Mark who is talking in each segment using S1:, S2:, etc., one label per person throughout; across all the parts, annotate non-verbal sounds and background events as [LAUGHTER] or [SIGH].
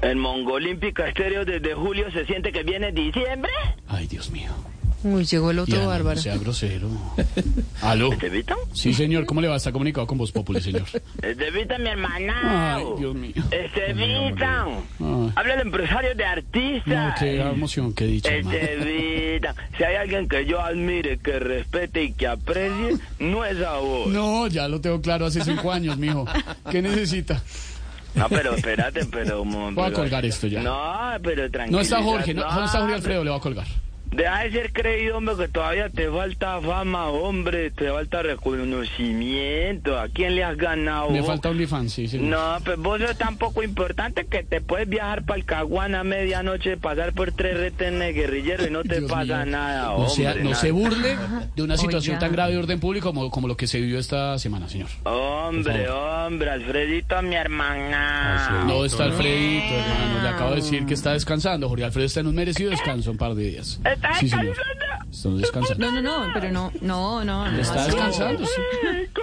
S1: El Mongo Olímpica Estéreo desde julio se siente que viene diciembre.
S2: Ay, Dios mío.
S3: Uy, llegó el otro
S2: Diana,
S3: bárbaro.
S2: No sea
S3: [LAUGHS]
S2: grosero. Aló.
S1: ¿Estevita?
S2: Sí, señor, ¿cómo le va? Está comunicado con Voz Populi, señor.
S1: Estevita, Eh, mi hermana.
S2: Ay, Dios mío.
S1: Este, Estevita.
S2: Ay.
S1: Habla el empresario de
S2: No,
S1: artistas.
S2: qué emoción, qué dicha.
S1: Este,
S2: hermano.
S1: Estevita. Si hay alguien que yo admire, que respete y que aprecie, no es a vos.
S2: No, ya lo tengo claro hace cinco años, mijo. ¿Qué necesita?
S1: No, pero espérate,
S2: [LAUGHS]
S1: pero... mo-
S2: Voy a
S1: pero-
S2: colgar esto ya.
S1: No, pero tranquilo.
S2: No está Jorge, no, no está Jorge Alfredo, le va a colgar.
S1: Deja de ser creído, hombre, que todavía te falta fama, hombre, te falta reconocimiento. ¿A quién le has ganado?
S2: Me
S1: vos?
S2: falta OnlyFans, sí, señor.
S1: No, pues vos sos tan poco importante que te puedes viajar para el Caguana a medianoche, pasar por tres retenes guerrilleros y no te
S2: Dios
S1: pasa
S2: mío.
S1: nada,
S2: No,
S1: hombre.
S2: sea- no
S1: nada.
S2: se burle de una situación
S3: Oiga.
S2: tan grave de orden público como, como lo que se vivió esta semana, señor.
S1: Hombre, hombre, Alfredito, mi hermana.
S2: No está Alfredito, hermano. Le acabo de decir que está descansando. Jorge Alfredo está en un merecido descanso un par de días.
S1: ¿Está
S2: Sí, señor.
S1: descansando?
S2: Está descansando.
S3: No, no, no, pero no, no, no. no
S2: Está
S3: así no.
S2: descansando, sí.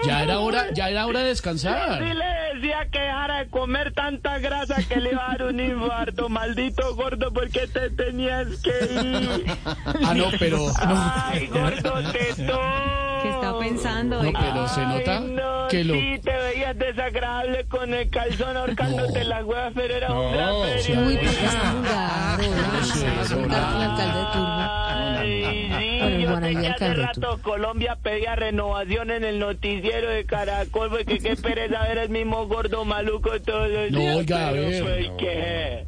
S2: Ya era hora, ya era hora de
S1: Sí
S2: descansar.
S1: le decía que dejara de comer tanta grasa que le iba a dar un infarto, maldito gordo, ¿por qué te tenías que ir?
S2: Ah, [LAUGHS] no, pero
S1: Ay, gordo tetón.
S3: ¿Qué está pensando?
S2: no,
S3: oiga?
S2: pero se nota
S1: Ay, no,
S2: que lo
S1: Sí, te veías desagradable con el calzón ahorcándote las huevas, pero era un gran
S3: Uy, pero
S1: periodista.
S3: que está vulgar, oiga,
S2: Sí,
S3: está
S2: sí,
S3: vulgar
S2: sí.
S3: con el alcalde de turno.
S2: Ah,
S1: Ay,
S3: Pero
S1: sí, yo
S3: Juan
S1: sé que
S3: Aguilar
S1: hace
S3: Calvo, tú.
S1: rato Colombia pedía renovación en el noticiero de Caracol, porque qué pereza ver el mismo gordo maluco todos los
S2: No,
S1: días,
S2: oiga, a
S1: pero
S2: ver.
S1: pues, ¿qué?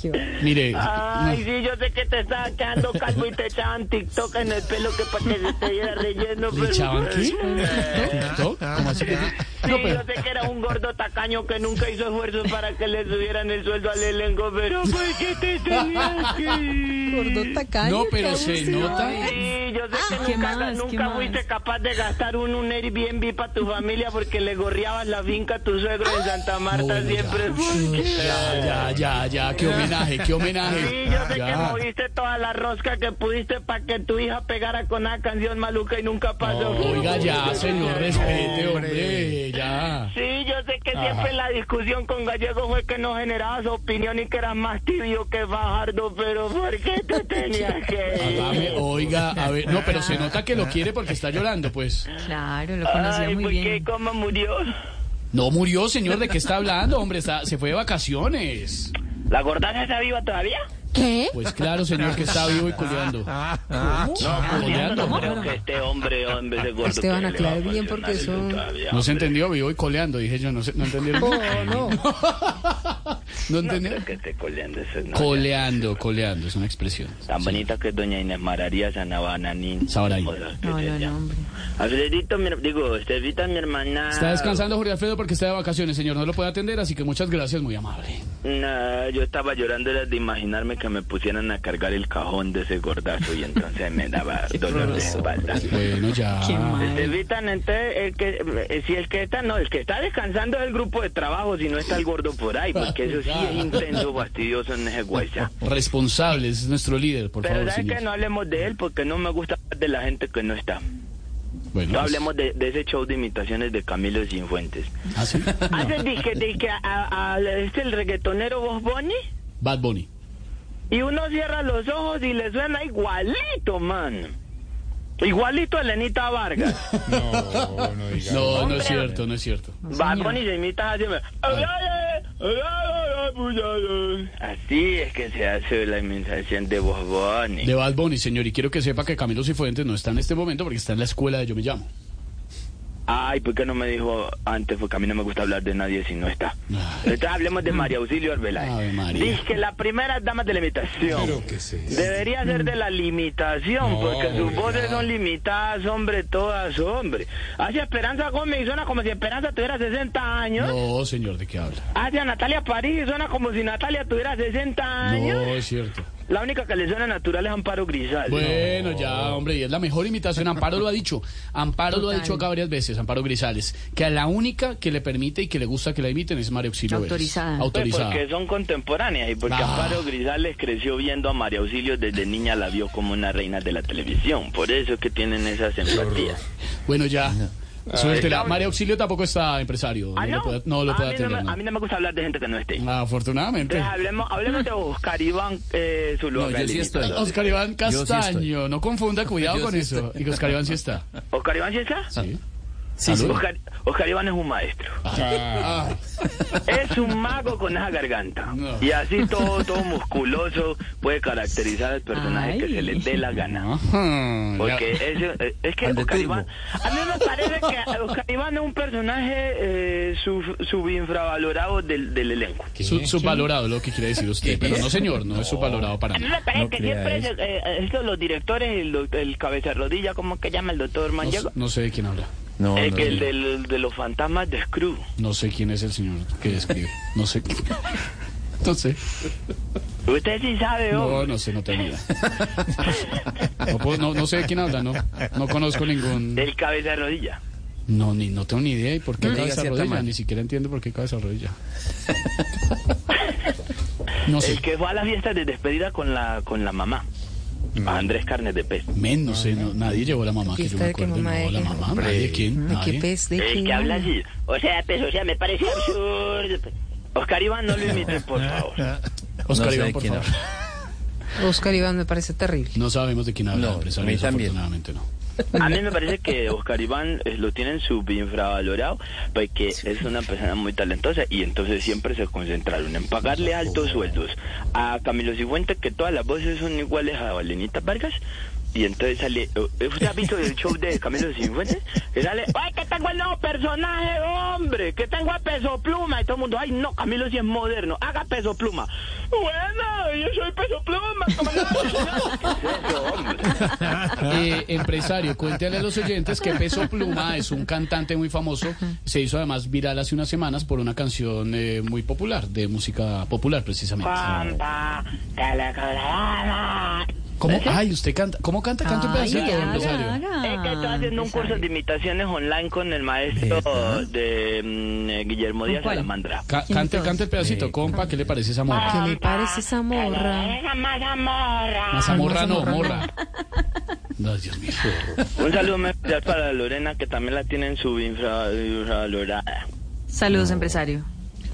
S3: Qué va-
S2: mire,
S1: Ay, sí, yo sé que te estaba quedando calvo y te echaban TikTok en el pelo que para que se te viera relleno.
S2: ¿le
S1: pero-
S2: echaban qué?
S1: Eh,
S2: ¿No? ¿Cómo así que
S1: Sí,
S2: No,
S1: yo
S2: pero
S1: sé que era un gordo tacaño que nunca hizo esfuerzos para que le subieran el sueldo al elenco, pero ¿por qué [LAUGHS] te tenías que ir?
S3: Gordo tacaño,
S2: No, pero
S3: qué
S2: se
S3: abusivo,
S2: nota.
S3: oiga.
S1: Sí, yo sé que
S3: ¿qué
S1: nunca,
S3: más? ¿Qué
S1: nunca
S3: más?
S1: fuiste capaz de gastar un, un Airbnb para tu familia porque le gorreabas la finca a tu suegro en Santa
S2: No,
S1: Marta
S2: bueno,
S1: siempre.
S2: ya.
S1: ¿Por qué?
S2: ya, ya, ya, ya, qué homenaje, qué
S1: Sí,
S2: homenaje.
S1: yo sé que
S2: Ya.
S1: moviste toda la rosca que pudiste para que tu hija pegara con una canción maluca y nunca pasó.
S2: Oiga, ya, señor, respete, hombre, ya.
S1: Sí, yo sé que siempre la discusión con Gallego fue que no generabas opinión y que eras más tibio que Fajardo, pero ¿por qué [LAUGHS] te tenías que ir?
S2: Hágame, oiga, a ver, no, pero se nota que lo quiere porque está llorando, pues.
S3: Claro, lo conocía
S1: Ay,
S3: muy
S1: ¿por qué?
S3: bien.
S1: ¿Cómo murió?
S2: No murió, señor, ¿de qué está hablando, hombre? Está, se fue de vacaciones.
S1: ¿La gordaza está viva todavía?
S3: ¿Qué?
S2: Pues claro, señor, que está vivo y culeando.
S1: No, pues,
S2: Coleando.
S1: creo que este hombre, hombre, ese gordo que le
S3: Esteban,
S1: va a
S3: aclare bien,
S1: funcionar
S3: porque eso-
S1: todavía,
S2: No se
S1: hombre.
S2: entendió, vivo y coleando, dije yo, no, se, no entendieron.
S3: Oh, no.
S2: [LAUGHS]
S1: No,
S2: No entendieron.
S1: creo que esté coleando ese, no,
S2: Coleando, coleando, es una expresión.
S1: Tan bonita que es doña Inés Mararía Sanabananín.
S2: Sabaray.
S1: O sea, que
S3: No, no,
S1: ella-
S3: no, hombre.
S1: Alfredito, mi- digo, Estevita, mi hermana.
S2: Está descansando Jorge Alfredo porque está de vacaciones, señor, no lo puede atender, así que muchas gracias, muy amable.
S1: Nah, yo estaba llorando era de imaginarme que me pusieran a cargar el cajón de ese gordazo y entonces me daba dolor de espalda.
S2: Bueno, ya.
S3: Qué mal.
S1: Evitan, entonces, el que, eh, si el que está, no, el que está descansando es el grupo de trabajo, si no está el gordo por ahí, porque eso sí es intenso, fastidioso en ese guaysa.
S2: Responsable, es nuestro líder, por
S1: Pero
S2: favor,
S1: sabes
S2: señor.
S1: que no hablemos de él porque no me gusta hablar de la gente que no está.
S2: Bueno,
S1: No
S2: pues-
S1: hablemos de, de ese show de imitaciones de Camilo Cifuentes.
S2: ¿Ah, sí?
S1: Hace dije, dije, a, a- a- este el reggaetonero Bob Bunny
S2: Bad Bunny.
S1: y uno cierra los ojos y le suena igualito, man. Igualito a Lenita Vargas.
S2: No, no es cierto, no es cierto.
S1: Bad Bunny se imita así. me- Así es que se hace la imitación de Bob Bunny.
S2: De Bad Bunny, señor, y quiero que sepa que Camilo Cifuentes no está en este momento porque está en la escuela de Yo Me Llamo.
S1: Ay, ¿por qué no me dijo antes? Porque a mí no me gusta hablar de nadie si no está. Entonces hablemos de María Auxilio
S2: Ave
S1: Arbeláez.
S2: María.
S1: Dice que la primera dama de la imitación.
S4: Pero, ¿qué es eso?
S1: Debería ser de la limitación,
S4: No,
S1: porque sus
S4: hombre,
S1: voces
S4: no.
S1: son limitadas, hombre, todas, hombre. Hace Esperanza Gómez y suena como si Esperanza tuviera 60 años.
S2: No, señor, ¿de qué habla?
S1: Hace a Natalia París y suena como si Natalia tuviera 60 años.
S2: No, es cierto.
S1: La única que le suena natural es Amparo Grisal.
S2: Bueno, ya, hombre, y es la mejor imitación. Amparo lo ha dicho. Amparo lo ha dicho acá varias veces, Amparo Grisales, que a la única que le permite y que le gusta que la imiten es María Auxilio Vélez.
S5: Autorizada.
S1: Pues
S2: Autorizada.
S1: porque son contemporáneas y porque
S2: Ah.
S1: Amparo Grisales creció viendo a María Auxilio desde niña la vio como una reina de la televisión. Por eso es que tienen esas empatías.
S2: Bueno, ya. Suéltela. María Auxilio tampoco está empresario.
S1: Ah,
S2: no, lo puede, no lo
S1: a,
S2: puede
S1: mí no
S2: atender,
S1: me,
S2: no.
S1: a mí no me gusta hablar de gente que no esté.
S2: Afortunadamente.
S1: Entonces hablemos, hablemos de Oscar Iván eh, Zuluaga.
S6: No, yo sí estoy.
S1: Limitador.
S2: Oscar Iván
S6: Yo sí estoy.
S2: Castaño, no confunda, cuidado
S6: [LAUGHS] Yo
S2: con
S6: sí
S2: eso.
S6: estoy.
S2: Y que Oscar Iván sí está.
S1: ¿Oscar Iván sí está?
S2: Sí.
S6: [LAUGHS] Sí, sí.
S1: Oscar, Oscar Iván es un
S2: [LAUGHS]
S1: maestro.
S2: Ah,
S1: Es un mago con esa garganta.
S2: No.
S1: Y así todo, todo musculoso puede caracterizar al personaje que se le dé la gana.
S2: ajá.
S1: Porque ese- eh, es
S6: [LAUGHS]
S1: que
S6: Al de
S1: Oscar
S6: turbo.
S1: Iván, a mí me parece que Oscar Iván es un personaje eh, sub- subinfravalorado del, del elenco.
S2: Su- subvalorado lo que quiere decir usted, pero no señor, no es subvalorado para
S1: A mí
S2: mí.
S1: me parece
S6: no
S1: que
S6: crea
S1: siempre
S6: eso.
S1: eh, eh, estos los directores, el, doc- el cabeza de rodilla, ¿cómo que llama el doctor
S2: No,
S1: Maniego?
S2: no sé de quién habla.
S6: No,
S1: Eh,
S6: no,
S1: que
S6: no.
S1: el del- de los fantasmas de Screw.
S2: No sé quién es el señor que describe. No sé. [LAUGHS] No sé.
S1: Usted sí sabe,
S2: No,
S1: hombre.
S2: no sé, no tengo idea. No, puedo- no, no sé de quién habla, no. No conozco ningún.
S1: El cabeza de rodilla.
S2: No, ni, no tengo ni idea. ¿Y por qué
S6: No
S2: cabeza
S6: digas cierta
S2: rodilla?
S6: man.
S2: Ni siquiera entiendo por qué cabeza rodilla. No sé.
S1: El que fue a las fiestas de despedida con la, con la mamá.
S6: Mm.
S1: A Andrés Carnes de Pez.
S2: Menos, eh, no, nadie llevó la mamá que yo
S3: Fiesta
S2: me
S3: de que
S2: acuerdo.
S3: mamá
S2: No,
S3: de
S2: la
S3: que-
S2: mamá, nadie, ¿quién?
S3: ¿De qué
S2: Nadie.
S3: pez? ¿De
S1: El
S3: qué?
S1: que habla así. O sea, pues, o sea, me parece absurdo. pues. Oscar Iván, no lo imites,
S6: [LAUGHS]
S1: por favor.
S2: Oscar
S6: No sé
S2: Iván,
S6: de
S2: por
S6: quién
S2: favor.
S3: Oscar Iván me parece terrible.
S2: No sabemos de quién habla,
S6: No,
S2: empresario,
S6: a mí también.
S2: desafortunadamente no.
S1: A mí me parece que Oscar Iván eh, lo tienen subinfravalorado porque es una persona muy talentosa y entonces siempre se concentraron en pagarle altos sueldos a Camilo Cifuentes, que todas las voces son iguales a Valenita Vargas. Y entonces sale, eh, ¿usted ha visto el show de Camilo Cifuentes? Que sale, ¡ay, que tengo el nuevo personaje, hombre! ¡Que tengo a Peso Pluma! Y todo el mundo, ¡ay, no, Camilo sí es moderno! ¡Haga Peso Pluma! ¡Bueno, yo soy Peso Pluma! Camilo Cifuentes". ¿Qué es eso, hombre?
S2: [LAUGHS] Eh, empresario, cuéntale a los oyentes que Peso Pluma es un cantante muy famoso. Se hizo además viral hace unas semanas por una canción eh, muy popular, de música popular precisamente.
S1: Pampa, que la cabrana.
S2: ¿Cómo? Ay, usted canta. ¿Cómo canta? Canta un pedacito,
S7: Ay, haga,
S2: empresario.
S7: haga,
S1: Es que
S8: Ah,
S1: estoy haciendo un curso de
S7: empresario.
S1: imitaciones online con el maestro de mm, eh, Guillermo Díaz
S7: cuál?
S1: Salamandra.
S2: Ca- cante, cante el pedacito,
S6: Eh,
S2: compa. ¿Qué le parece esa morra?
S7: ¿Qué le parece esa morra?
S2: Mazamorra no, morra. No, Dios mío.
S1: Un saludo muy especial para Lorena, que también la tienen subinfravalorada.
S3: Saludos, empresario.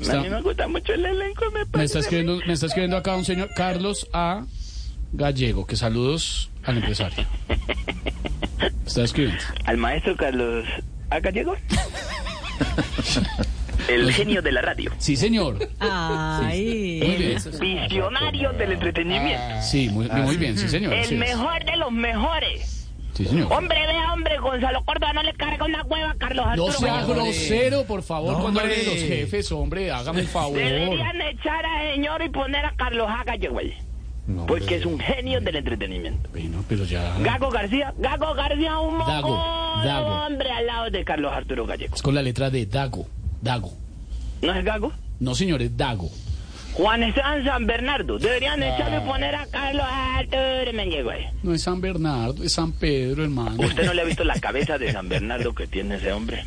S2: Está-
S1: A mí me gusta mucho el elenco, me
S2: Me
S1: parece.
S2: está escribiendo, me está escribiendo acá un señor Carlos A. Gallego, que saludos al empresario. Está escribiendo.
S1: Al maestro Carlos ¿A
S2: [LAUGHS]
S1: Gallego. El genio de la radio.
S2: Sí, señor.
S7: Ay.
S2: Muy bien.
S1: Visionario del entretenimiento.
S2: Sí, muy, muy bien, sí, señor. Ah,
S1: Ah.
S2: así
S1: El
S2: es.
S1: mejor de los mejores.
S2: Sí, señor.
S1: Hombre, vea, hombre, Gonzalo Córdoba no le carga una hueva a Carlos
S2: No
S1: Arturo.
S2: sea
S1: Gallardo.
S2: grosero, por favor, cuando hable de los jefes, hombre, hágame el favor.
S1: Deberían echar a señor y poner a Carlos Haga, güey. Porque es un genio del entretenimiento.
S2: Bueno, pero ya.
S1: Gago García, Gago García, un moco,
S2: Dago, Dago.
S1: hombre al lado de Carlos Arturo Gallego.
S2: Es con la letra de Dago. Dago.
S1: ¿No es Gago?
S2: No, señores, Dago.
S1: Juan Esteban San Bernardo. Deberían echar y poner a Carlos Arturo Mengue, güey.
S2: No es San Bernardo, es San Pedro, hermano.
S1: ¿Usted no le ha visto la cabeza de San Bernardo que tiene ese hombre?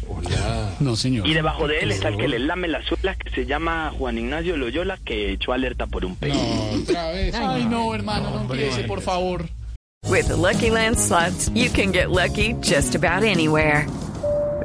S2: No, señor.
S1: Y debajo de él está el que le lame las suelas, que se llama Juan Ignacio Loyola, que echó alerta por un pez.
S2: Otra vez. Ay, no, hermano, no empiece, por favor.
S8: With the Lucky Land slots, you can get lucky just about anywhere.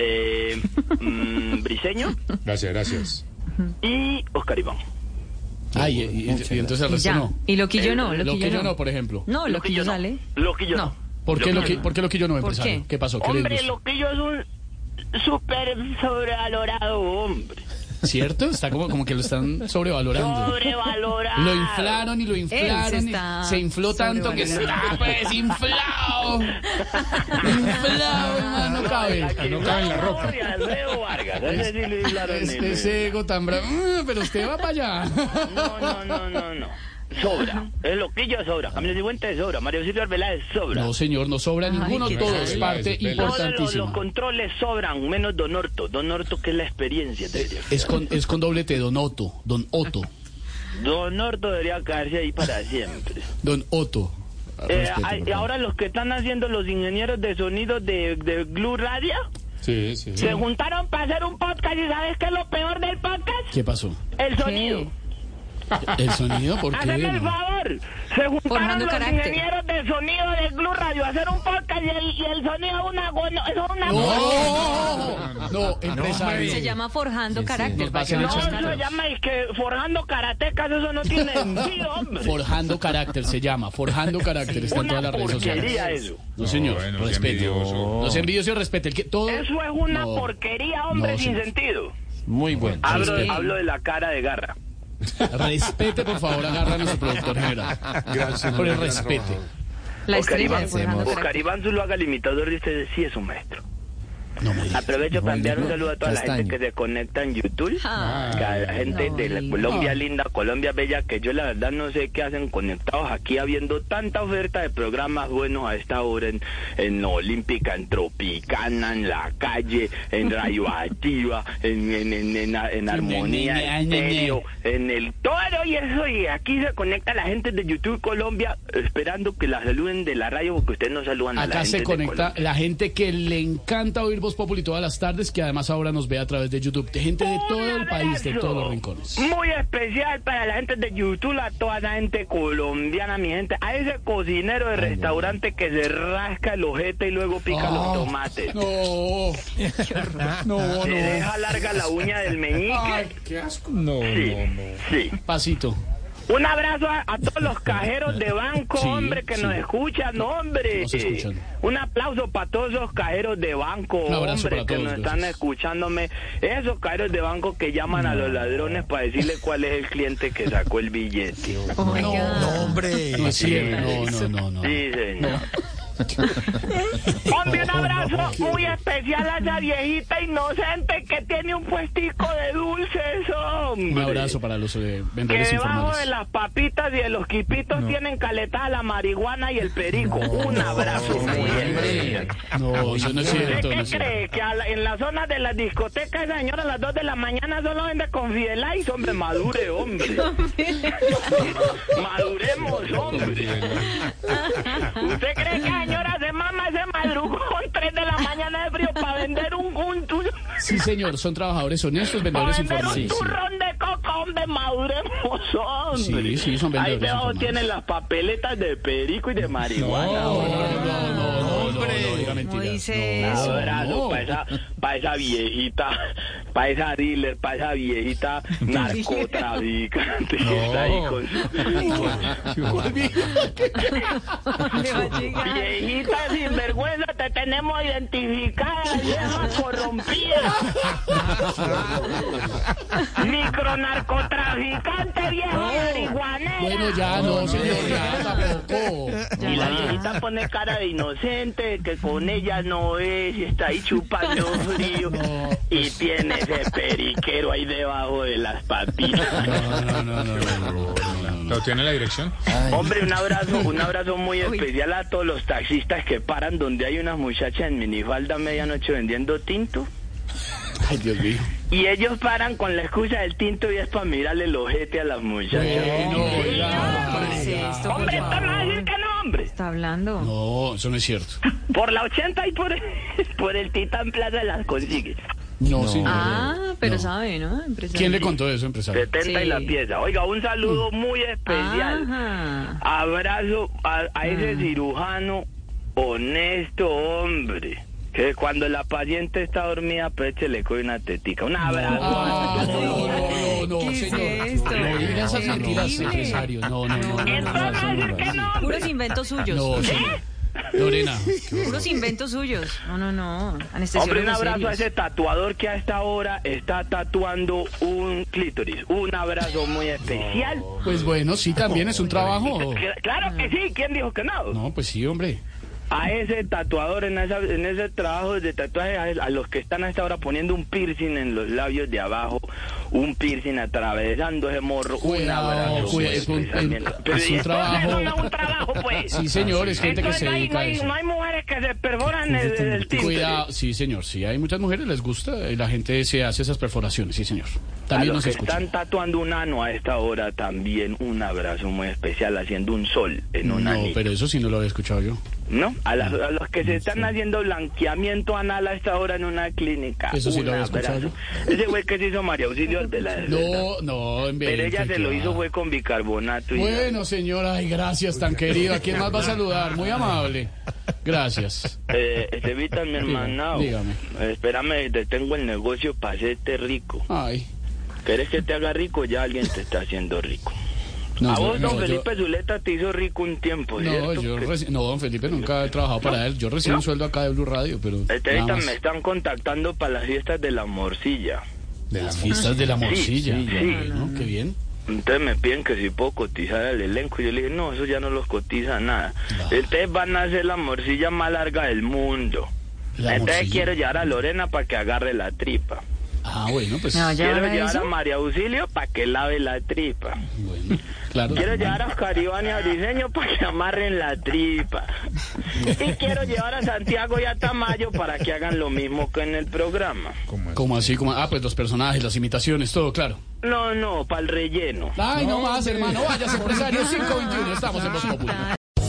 S1: Eh, mm, Briseño
S4: Gracias, gracias.
S1: y Oscar Iván.
S2: Ay, y, y- y entonces el resto
S3: Ya.
S2: Pues no. Eh,
S3: Y Loquillo no, Loquillo,
S2: Lo que yo
S3: no.
S2: no, por ejemplo.
S3: No, Loquillo
S1: no.
S3: sale.
S1: Loquillo no.
S3: No.
S2: ¿Por qué,
S1: Loquillo
S2: lo que,
S1: no.
S2: ¿Por qué Loquillo no,
S3: ¿Por
S2: empresario?
S3: qué?
S2: ¿Qué pasó? ¿Qué les
S1: Hombre,
S2: gusta?
S1: Loquillo es un súper sobrevalorado hombre.
S2: ¿Cierto? Está como, como que lo están sobrevalorando.
S1: Sobrevalorado.
S2: Lo inflaron y lo inflaron. y
S3: está
S2: se infló tanto que está pues inflado. inflado, hermano, Ah, no cabe.
S4: No cabe en la ropa.
S1: Gloria, Alfredo Vargas. Ese sí lo inflaron en
S2: Este
S1: el-
S2: ese ego tan bravo. Ah, Pero usted va para allá.
S1: No, no, no, no, no. Sobra. El loquillo sobra. Camilo Cifuentes sobra. Mario Silvio Arbeláez sobra.
S2: No, señor, no sobra ninguno.
S4: qué
S2: Todos,
S4: tal.
S2: parte
S4: Vela, vela.
S1: Todos los, los
S2: importantísima.
S1: controles sobran, menos Don Orto. Don Orto, que es la experiencia, te diría.
S2: Es con, es con doble T, don Otto. Don Otto.
S1: Don Orto debería caerse ahí para
S2: [LAUGHS]
S1: siempre.
S2: Don Otto.
S1: Eh,
S2: Respeto,
S1: hay-
S2: por favor.
S1: ahora los que están haciendo los ingenieros de sonido de, de Blue Radio
S4: Sí, sí.
S1: se juntaron para hacer un podcast y ¿sabes qué es lo peor del podcast?
S2: ¿Qué pasó?
S1: El sonido.
S2: ¿El sonido? ¿Por qué?
S1: Hazme el
S2: no?
S1: favor. Se juntaron
S3: Formando
S1: los
S3: carácter.
S1: ingenieros de sonido de Blue Radio a hacer un podcast y el, y el sonido es una... gono- es una
S2: No, no, empresario.
S3: Se llama Forjando
S2: Nos
S3: Carácter.
S2: va a hacer
S1: No,
S2: muchas
S1: eso se
S2: caras.
S1: llama es que forjando karatecas, eso no
S2: [LAUGHS]
S1: tiene sentido, hombre.
S2: Forjando carácter se llama, forjando carácter está en todas
S1: una
S2: las redes sociales.
S1: porquería eso.
S2: No señor,
S4: bueno, sea
S2: respete.
S4: envidioso.
S2: Los envidiosos respete. El que todo
S1: Eso es una
S2: No.
S1: porquería, hombre,
S2: No,
S1: sin
S2: sí.
S1: sentido.
S2: muy bueno.
S1: Hablo,
S2: Respete.
S1: hablo de la cara de garra.
S2: Respete, por favor, agarra a nuestro productor general.
S4: Gracias.
S2: Por el respete.
S3: La
S1: Oscar
S3: estrella de
S1: Iván,
S3: Forjando
S1: Oscar
S3: Carácter.
S1: Iván Zuluaga, el imitador de ustedes, sí es un maestro.
S2: No me digas.
S1: Aprovecho
S2: No,
S1: para enviar un
S2: no,
S1: saludo a toda la
S2: castaño.
S1: gente que se conecta en YouTube.
S3: Ah,
S1: que a la gente de la
S3: no.
S1: Colombia linda, Colombia bella, que yo la verdad no sé qué hacen conectados aquí habiendo tanta oferta de programas buenos a esta hora en, en Olímpica, en Tropicana, en La Calle,
S2: [LAUGHS]
S1: en Radioactiva, en, en, en, en- en Armonía, en Estéreo, en el Toro y eso. Y aquí se conecta la gente de YouTube Colombia esperando que la saluden de la radio porque ustedes no saludan a la
S2: Acá
S1: gente
S2: se
S1: de
S2: conecta
S1: Colombia.
S2: la gente que le encanta oír Voz Populi todas las tardes, que además ahora nos ve a través de YouTube. De gente de todo
S1: Un
S2: el país, de
S1: abrazo
S2: todos los rincones.
S1: Muy especial para la gente de YouTube, a toda la gente colombiana, mi gente. A ese cocinero de restaurante que se rasca el ojete y luego pica los tomates.
S2: Ah, No, no,
S1: Se
S2: no.
S1: deja larga la uña del meñique.
S4: Qué asco. No,
S1: sí,
S4: no, no.
S1: sí.
S2: Pasito.
S1: Un abrazo a, a todos los cajeros de banco,
S2: Sí,
S1: hombre, que
S2: sí.
S1: nos escuchan, hombre. Eh,
S2: Nos escuchan.
S1: Un aplauso para todos esos cajeros de banco,
S2: Un abrazo
S1: hombre,
S2: para
S1: que
S2: todos,
S1: nos
S2: gracias.
S1: están escuchándome. Esos cajeros de banco que llaman a los ladrones para decirle cuál es el cliente que sacó el
S2: [LAUGHS]
S1: billete.
S2: No es cierto, no, no, no. no.
S1: Sí, señor.
S2: [LAUGHS]
S1: Hombre, un abrazo muy especial a esa viejita inocente que tiene un puestico de dulces, hombre.
S2: Un abrazo para los eh,
S1: Que
S2: vendedores
S1: debajo de
S2: informales.
S1: las papitas y de los quipitos tienen caletada la marihuana y el perico. Un abrazo. muy especial.
S2: No, eso no es
S1: ¿Usted
S2: cierto, no
S1: qué
S2: es cierto.
S1: cree? Que a la- en la zona de las discotecas, esa señora, a las 2 de la mañana solo vende con Fidelice, hombre, madure, hombre. Maduremos, hombre. ¿Usted cree que la señora se mama ese madrugón 3 de la mañana de frío para vender un, un, tu-
S2: Sí, señor, son trabajadores honestos, vendedores
S1: para vender un
S2: informales. Sí, sí.
S1: turrón de coco, hombre, maduremos, hombre.
S2: Sí, sí, son
S1: Ahí
S2: vendedores
S1: debajo
S2: informales.
S1: tienen las papeletas de perico y de marihuana.
S2: No, no, no, no, no, diga
S3: ¿Cómo
S2: mentiras.
S3: dice
S1: Un
S3: eso?
S1: abrazo
S2: no.
S1: para esa, pa' esa viejita, para esa dealer, para esa
S2: [LAUGHS]
S1: viejita narcotraficante que está ahí con su...
S3: Le va a llegar.
S1: Viejita sinvergüenza, te tenemos
S2: [LAUGHS]
S1: identificada, vieja corrompida. Micronarcotraficante, vieja marihuanera.
S2: Bueno, ya no, señor, ya tampoco.
S1: Y la viejita pone cara de inocente, que con ella no es, y está ahí chupando
S3: [LAUGHS]
S1: frío. Y
S3: pues.
S1: tiene ese periquero ahí debajo de las papitas.
S2: No, no, no, no, no.
S4: ¿Lo tiene la dirección?
S1: Hombre, un abrazo, un abrazo muy especial a todos los taxistas que paran donde hay unas muchachas en minifalda a medianoche vendiendo tinto.
S2: Ay, Dios mío.
S1: Y ellos paran con la excusa del tinto y es para mirarle el ojete a las muchachas.
S2: Bueno, oiga.
S3: ¿Qué es esto, por
S1: Hombre, esto no
S3: favor?
S1: va a decir que no, hombre.
S3: Está hablando.
S2: No, eso no es cierto.
S1: Por la 80 y por, [LAUGHS] por el Titán Plaza las consigues.
S2: No, señor.
S3: Ah, pero
S2: No.
S3: sabe, ¿no? Empresario.
S2: ¿Quién le contó eso, empresario?
S1: 70 y
S3: Sí.
S1: la pieza. Oiga, un saludo muy especial.
S3: Ajá.
S1: Abrazo a, a ese cirujano Honesto, hombre. Que cuando la paciente está dormida, pues le coge una tetica. Un abrazo.
S2: Ah, no, no, no, no,
S3: ¿Qué es
S2: señor.
S3: esto?
S2: No diga esas
S3: Terrible.
S2: mentiras, empresario. No, no, no. no, no, no, no, no, no, no, no.
S7: Puros inventos suyos.
S2: No, señor. Lorena.
S7: Puros inventos suyos. No, no, no.
S1: Hombre, un
S7: Anestesiólogos
S1: abrazo a ese
S7: serios.
S1: tatuador que a esta hora está tatuando un clítoris. Un abrazo muy especial.
S2: Pues bueno, sí, también es un trabajo.
S1: Que- Claro que sí, ¿quién dijo que no?
S2: No, pues sí, hombre.
S1: A ese tatuador en, esa- en ese trabajo de tatuaje, a, a los que están a esta hora poniendo un piercing en los labios de abajo, un piercing atravesando ese morro, un
S2: Cuidado,
S1: abrazo.
S2: cuida-
S1: muy
S2: es un-
S1: especial.
S2: es-
S1: Pero
S2: es
S1: ¿y
S2: un
S1: entonces
S2: trabajo.
S1: eso no es un trabajo, pues.
S2: [LAUGHS] Sí, señor, es gente que
S1: Entonces
S2: se
S1: no hay,
S2: dedica
S1: no
S2: a
S1: hay-
S2: eso.
S1: no hay mujeres que se perforan el, el tímpano.
S2: Cuidado, sí, señor, sí, hay muchas mujeres, les gusta, y la gente se hace esas perforaciones, sí, señor. También
S1: a los
S2: nos
S1: que
S2: escuchan.
S1: están tatuando un ano a esta hora también un abrazo muy especial haciendo un sol en un
S2: No,
S1: anillo.
S2: pero eso sí no lo había escuchado yo.
S1: ¿No? A, las- a los que se están haciendo blanqueamiento anal a esta hora en una clínica.
S2: Eso sí
S1: un
S2: lo había escuchado
S1: abrazo. Ese güey que se hizo María Auxilio de la
S2: No, no, en
S1: Pero ella
S2: Belén,
S1: se
S2: que
S1: lo
S2: va.
S1: hizo fue con bicarbonato. y-
S2: Bueno, señora, ay, gracias, tan querido. ¿A quién más va a saludar? Muy amable. Gracias.
S1: Eh, Estevita, mi hermana.
S2: [LAUGHS] dígame.
S1: Espérame, te tengo el negocio para hacerte rico.
S2: Ay.
S1: ¿Querés que te haga rico? Ya alguien te está haciendo rico.
S2: No,
S1: a vos,
S2: no,
S1: don
S2: yo-
S1: Felipe Zuleta, te hizo rico un tiempo,
S2: No,
S1: ¿cierto?
S2: yo
S1: Que-
S2: reci- no, don Felipe nunca he trabajado para él. Yo recibo un sueldo acá de Blue Radio, pero.
S1: Este,
S2: nada
S1: ahorita
S2: más.
S1: me están contactando para las fiestas de la morcilla.
S4: De la
S2: Las fiestas de la morcilla.
S1: sí, sí.
S2: ¿no? Qué bien.
S1: Entonces me piden que si puedo cotizar al elenco. Yo le dije, no, eso ya no los cotiza nada. Ustedes van a hacer la morcilla más larga del mundo.
S2: La
S1: Entonces
S2: morcilla.
S1: quiero llevar a Lorena para que agarre la tripa.
S2: Ah, bueno, pues.
S7: No, ya
S1: Quiero
S7: ahora
S1: llevar
S7: eso.
S1: a María Auxilio para que lave la tripa.
S2: Bueno, claro.
S1: Quiero llevar a Oscar Iván y a Briseño para que amarren la tripa. Y quiero llevar a Santiago y a Tamayo para que hagan lo mismo que en el programa.
S4: ¿Cómo es?
S2: Como así, como. Ah, pues los personajes, las imitaciones, todo, claro.
S1: No, no, para el relleno.
S2: Ay, no, más, hermano. Vayas, [LAUGHS] empresario 521. Estamos en los populares.